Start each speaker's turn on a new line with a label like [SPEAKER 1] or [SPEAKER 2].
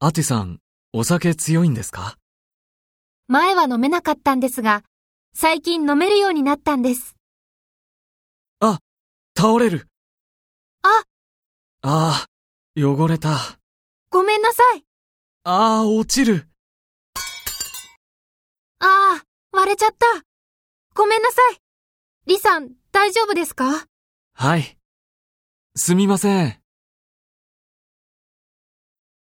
[SPEAKER 1] アティさん、お酒強いんですか
[SPEAKER 2] 前は飲めなかったんですが、最近飲めるようになったんです。
[SPEAKER 1] 倒れる。
[SPEAKER 2] あ
[SPEAKER 1] ああ、汚れた。あ
[SPEAKER 2] ごめんなさい。
[SPEAKER 1] あ、落ちる。
[SPEAKER 2] ああ、割れちゃった。ごめんなさい。リさん、大丈夫ですか
[SPEAKER 1] はい。すみません。